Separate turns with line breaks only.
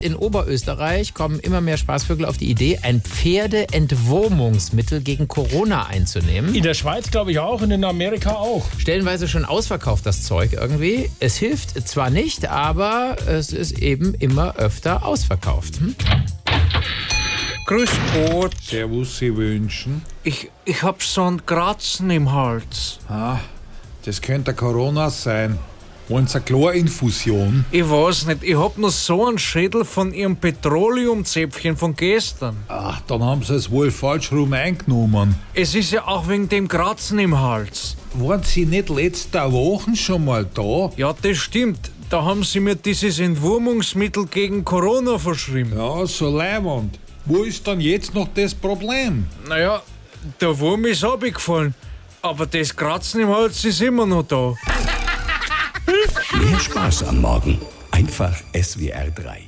In Oberösterreich kommen immer mehr Spaßvögel auf die Idee, ein Pferdeentwurmungsmittel gegen Corona einzunehmen.
In der Schweiz glaube ich auch und in Amerika auch.
Stellenweise schon ausverkauft das Zeug irgendwie. Es hilft zwar nicht, aber es ist eben immer öfter ausverkauft. Hm?
Grüß Gott.
Servus, Sie wünschen.
Ich, ich hab so ein Kratzen im Hals.
Ah, das könnte Corona sein. Wollen Sie eine Chlorinfusion?
Ich weiß nicht, ich hab nur so einen Schädel von ihrem Petroleumzäpfchen von gestern.
Ach, Ah, dann haben Sie es wohl falsch rum eingenommen.
Es ist ja auch wegen dem Kratzen im Hals.
Waren Sie nicht letzte Woche schon mal da?
Ja, das stimmt. Da haben sie mir dieses Entwurmungsmittel gegen Corona verschrieben.
Ja, so leiwand. Wo ist dann jetzt noch das Problem?
Naja, der Wurm ist abgefallen. Aber das Kratzen im Hals ist immer noch da.
Mehr Spaß am Morgen. Einfach SWR 3.